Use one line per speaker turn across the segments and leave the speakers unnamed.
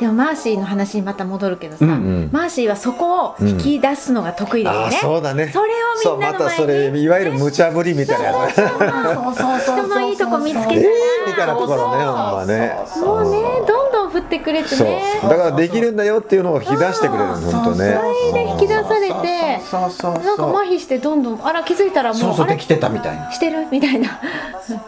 でもマーシーの話にまた戻るけどさ、
うんうん
マーシーはそこを引き出すのが得意です
あ
よ
あ
ね、
そうだね
それをみんな
そ
の
うま
前に
たそれいわゆる無茶ぶりみたいなやつね
人のいいとこ見つけたら
えーみたいなところねほんまね
もうねどんどん振ってくれて
そう
ね
だからできるんだよっていうのを引き出してくれる本当ね
それで引き出されて
そうそうそう
なんか麻痺してどんどんあら気づいたらもう
そうそう
あれ
できてたみたいな
してるみたいな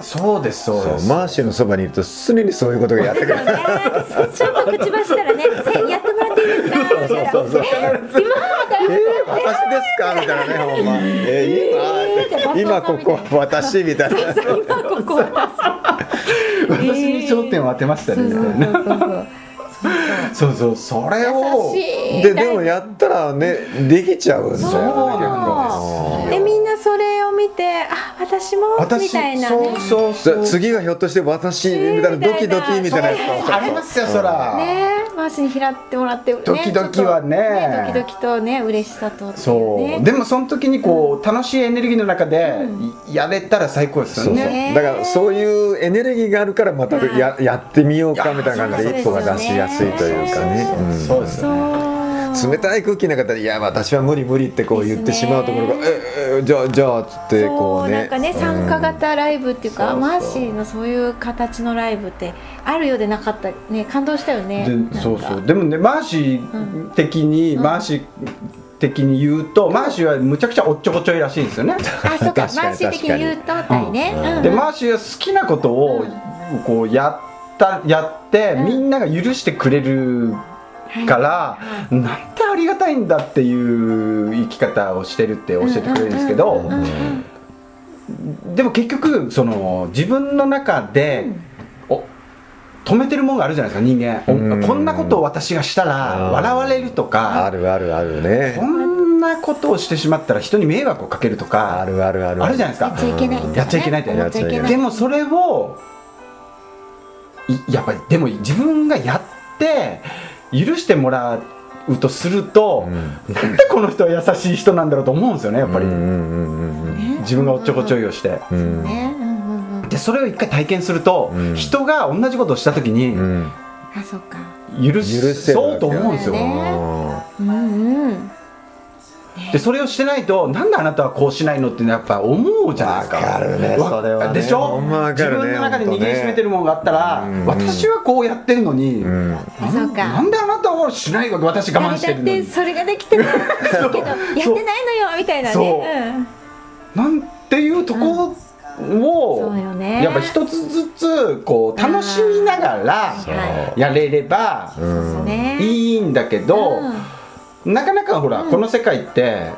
そうですそう
そ
で
う
す
マーシーのそばにいると常にそういうことがやって くる
ちょっと口走った らねせやってもらっていいですかみたいな
そうそう
今みたい
えー、私ですかみたいなねほんま、えー、今、今ここ私みた いな
なここ
私に焦点を当てましたねみたいなそうそうそれを
優しい
ででもやったらねできちゃうんだよ
そ
ね
う
結構
でみんなそれを見てあ私もみたいなね
そうそう
そ
そう
う次がひょっとして私みたいなドキドキみたいなやつ
ありますよそら、
ねマーシーに拾ってもらってね
ドキドキはね
ちょっとねドキドキとね嬉しさとってい
そう、
ね
でもその時にこう楽しいエネルギーの中でやれたら最高です
そ
よ
うそう
ね
だからそういうエネルギーがあるからまたややってみようかみたいな感じで一歩が出しやすいというかねうん
そうですよね
冷たい空気の中で「いや私は無理無理」ってこう言ってしまうところが「ええじゃあじゃあ」っつってこ
そうう
ね
なんかね参加型ライブっていうか、
そうそう
マーシーのそういう形のライブってあるようでなかったね感動したよねなん
で
か
そうそうでもねマーシー的に、マーシー的に言うと、マーシーはむちゃくちゃおっちょこちょいらしいんですよね、
あそうか
確かに
マーシー的に言うとったりね、うん
でマーシーは好きなことをこうやったやって、みんなが許してくれるから、なんてありがたいんだっていう生き方をしてるって教えてくれるんですけど、でも結局その自分の中で、お止めてるもんがあるじゃないですか人間、お
うん
こんなことを私がしたら
うん
笑われると
あ
か、
るあるあるね
こんなことをしてしまったら人に迷惑をかけるとか
あるあるある
あるじゃないです
やっちゃい
か、
けないとかね
やっちゃいけないって
思っちゃいけない
でもそれをいやっぱりでも自分がやって許してもらうとすると、なんでこの人は優しい人なんだろうと思うんですよねやっぱり、
うんうんうんうん
自分がおっちょこちょいをして。
うん
ねうんうんうん
でそれを一回体験すると、
うん
人が同じことをした時に
うん
あそうか
許
許せ
し
るわけ
そうと思うんですよ、
だよねうんうん
でそれをしてないとなんであなたはこうしないのってやっぱ思うじゃないですか
わかるね
わ
それはね
でし
ほ
ょ、
んまわか
自
るね
分の中で握りしめてるものがあったら、
ん
私はこうやってるのに、
うん
あそうか
なんであなたはしないわけ私我慢して
誰だ
るの
って
に
それができてないけどやってないのよみたいなね
そう
うん
なんていうとこを、
そうよね
やっぱ一つずつこう楽しみながら
は
やれれば
そうそうね
いいんだけど、
うん
なかなかほら、この世界って、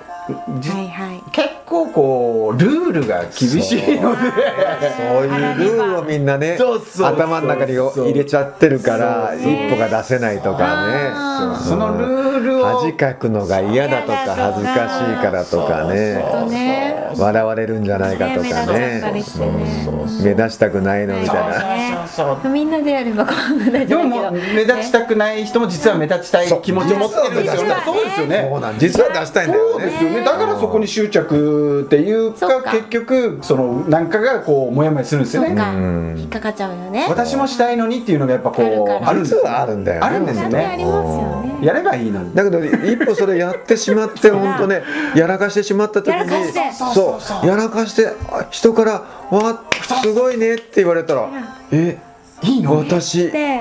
じ
はいはい
結構こうルールが厳しいの
そう
で
いうルールをみんなね
そうそうそう
頭の中に入れちゃってるから
そう
一
そう
歩が出せないとか
あ
ね
そのルールを
恥かくのが嫌だとか恥ずかしいからとか
そう
ね
ね
笑われるんじゃないかとかね
目立っちゃったりしてね
うん目立ちたくないのみたいな
ね
そうそう
みんなでやればこんな大
で
丈
も
夫
も
だ
う
けど
目立ちたくない人も実は目立ちたい気持ちを持ってるんですよね
そう
そうですよね
そうなん実は出したいんだよ
そう
ね
ですよねだからそこに執着っていう
そ
か
うか
結局そのなんかがこうモヤモヤするんですよ
そう
ね
か引っかかっちゃうよね
私もしたいのにっていうのがやっぱ
あ
こ
る
う
から
あるんです
実
よ
はあるんだよね
あるんですよ
それあり
ね
ますよね
やればいいのに
だけど一歩それやってしま って本当ねやらかしてしまった時
やらか
に
して
そうやらかしてあ人から「わすごいね」って言われたら「えいいの私
で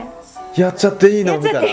やっちゃっていいの?」みたいなね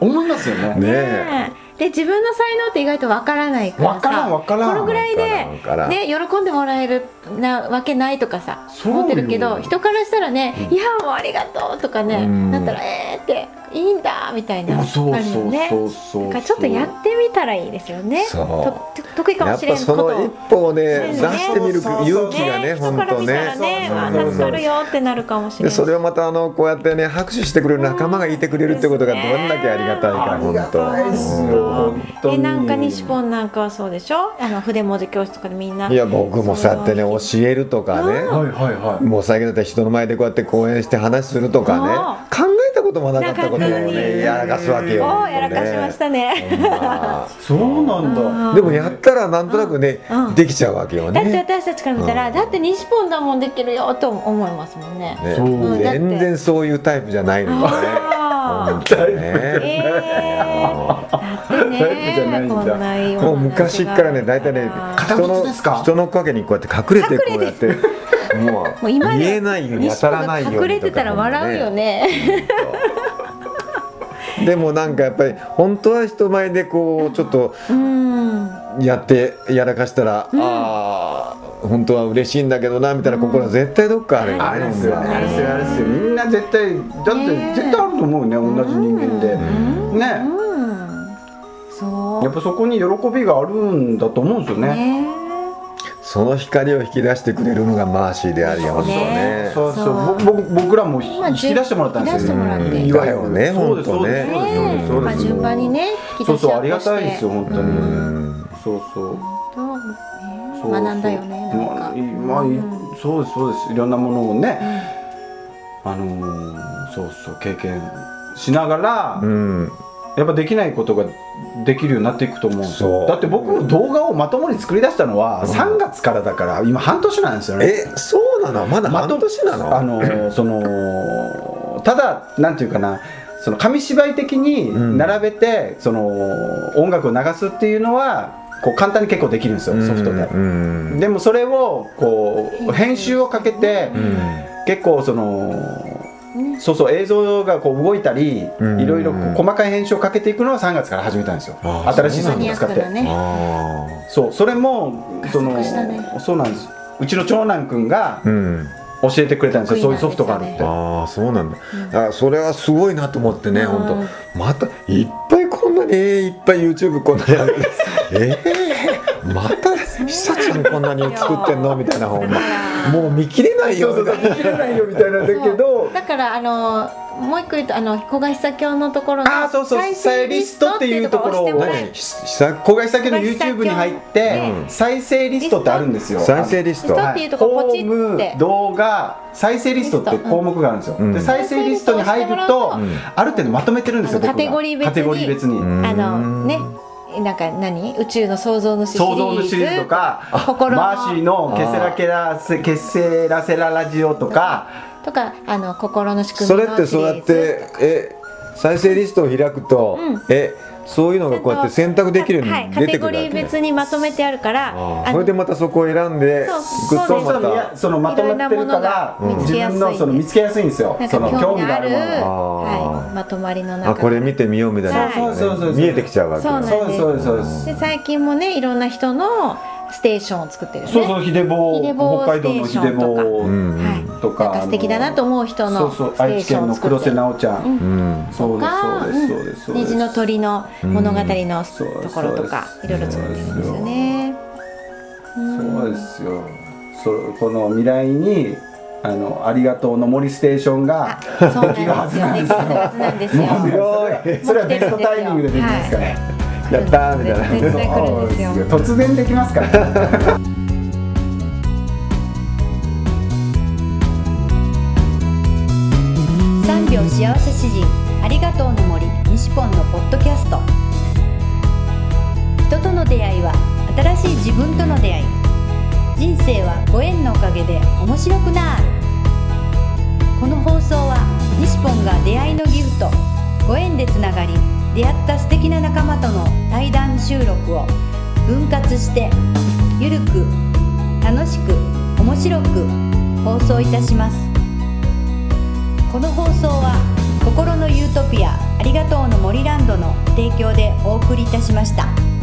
思いますよね
え
で自分の才能って意外とわからないからさ
わからんわからん
このぐらいで
わからんわからん
ね喜んでもらえるなわけないとかさ
そうよ
思ってるけど人からしたらね「いやもうありがとう」とかね
ん
なったら「えー」っていいんだみたいな
そう
あるよ
そう
ね
そうそう
だからちょっとやってみたらいいですよね
そう
とと得意か
や
も
っ
しれ
ぱ
んこ
そ
とを
の一歩を
そう
ね
で
出
すね
してみる勇気がね
人
本
から
当
見たら
ね
ね
そう
あ
そうそう
助かるよってなるかもしれな
で
い
それをまたあのこうやってね拍手してくれる仲間がいてくれるってことがどんだけありがたいか本当
ありがたいっすよ本当に
えなんか西本なんかはそうでしょあの筆文字教室とかでみんない
や僕もそうやってね教えるとかね
はいはいは
もう最近だったら人の前でこうやって講演して話するとかね考えたこともなかったことをねやらかすわけよ。
おーやらかしましたね
ほんま
いそうなんだ
でもやったらなんとなくね
うんうん
できちゃうわけよ
だって
ね。
私たちから見たら、だって西本だもんできるよと思いますもんね
ね
そう
うんだって
全然そういうタイプじゃないのよ
あー
ね。
えー、だって
タイプじゃない
ね
んだ
こんな世の中が
もう昔からね大体ね
片
人
口
の
ですか
人の影にこうやって隠れてこうやっても
も
う
う今で
見えないように当たらないようにとか
隠れてたら笑うよね
でもなんかやっぱり本当は人前でこうちょっと
うん
やってやらかしたら、ああ本当は嬉しいんだけどなみたいな心は絶対どっかあるよね、
あれですよ
ほ
ね
んま
あれですよあれですよみんな絶対だって
ねえ
絶対あると思うね同じ人間でね
うんそう
やっぱそこに喜びがあるんだと思うんですよね
ね
その光を引き出してくれるのがマーシーでありや本当ね
そうそう
そう
僕僕僕らも引
まあ
引き出してもらったんですよ
引き出してもらって
うんいわゆ
だよ
る
ね
そうです
ほんと
え
ね
そうですそうですそうです
まあ順番にね引き
そう
出し
そう
合
ありがたいですよ本当に
うん
そうそう
とね
そう
学んだよねなん
ま
か
あいいまあいいそうですそうですいろんなものをねあのーそうそう経験しながら
うん
やっぱできないことができるようになっていくと思うんです
そう
よだって僕も動画をまともに作り出したのは3月からだから今半年なんですよね
えそうなのまだ
ま
半
と
年なの、
あのそのただなんていうかなその紙芝居的に
ん
並べて、その音楽を流すっていうのはこう簡単に結構できるんですよソフトで、
うん
でもそれをこう編集をかけて、
うん
結構その。そうそう映像がこう動いたり、
うん
いろいろこう細かい編集をかけていくのは3月から始めたんですよ
あー
新しいソフ
マ
ト
ニ
を
ア
使っ
ック
て、
だね
あ
そうそれもその、
加速したね
そうなんですうちの長男くんが
ーうん
教えてくれたんですよ、そういうソフトがあるっ
得意なん
て
で
ああそうなんだ、だからそれはすごいなと思ってね、本当またいっぱいこんなにえーいっぱい YouTube こんなにある えー、また久ちゃんこんなに作ってんのみたいなほんまもう見切れないよみたいな
できれないよみたいなんだけど
だからあのもう一個言うとあの古賀久教のところの
あーそうそう
再生を押してもらえ
何
る
ひ久
公開先の YouTube に入って
うん
再生リストってあるんですよ
再生リスト
リストっていうとこポチって
ホーム動画再生リストって項目があるんですよ、
うん
で再生リストに入ると、
うん
ある程度まとめてるんですよ
あのカ
僕が
テゴリー別に
カテゴリー別に、
うん
あのねなんか何宇宙の創造主シリーズ
想像のシリーズとか
心の
マーシーのケセラケラセケセラセララジオとか
とかあの心の仕組み
そ
の
れってそうやっ
シリーズ
てえ再生リストを開くと、えそういうのがこうやって選択できるよう
はい
に
カ
出て
テ
く
ゴ
る
リ
わ
ー
けね
別にまとめてあるから
あ
あ
ー
の
それでまたそこを選んでい
そう
く
そ
と
う
ま
で
た
そのまとめてるから
いろんなものが見つ
自
けやすい
分のその見つけやすいんですよ
なん
その
か興味のある
興味のが
あー
はい、まとまりの中
あこれ見てみようみたいな、
そうそうそうそう
見えてきちゃうわけよ
そうなん
そうですそうですそうです
で最近もねいろんな人のステーションを作ってるよね
そうそう、ひでぼう
ひでぼう
北海道のひでぼ
う
う
うん
はい、
とか、
なんか素敵だなと思う人の
そうそう
ステー
愛知
ショ
県
ンを
の
作ってる
黒瀬直ちゃん、
うん
そうです
か
そうですそうですそうです
虹の鳥の物語の
そうです
ところとか
そう
い
で
ろ
す
いろ作ってるんですよね。
そうですよそうこの未来にあのありがとうの森ステーションが
そうなんですよ。なんですよ。
もう すご
う
いそれはベストタイミングでできますから、
やったーみたいな
絶対来るんですよ。
突然できますから、
3秒幸せ詩人ありがとうの森西ポンのポッドキャスト人との出会いは新しい自分との出会い人生はご縁のおかげで面白くなるこの放送は西ポンが出会いのギフトご縁でつながり出会った素敵な仲間との対談収録を分割してゆるく楽しく面白く放送いたしますこの放送は心のユートピアありがとうの森ランドの提供でお送りいたしました。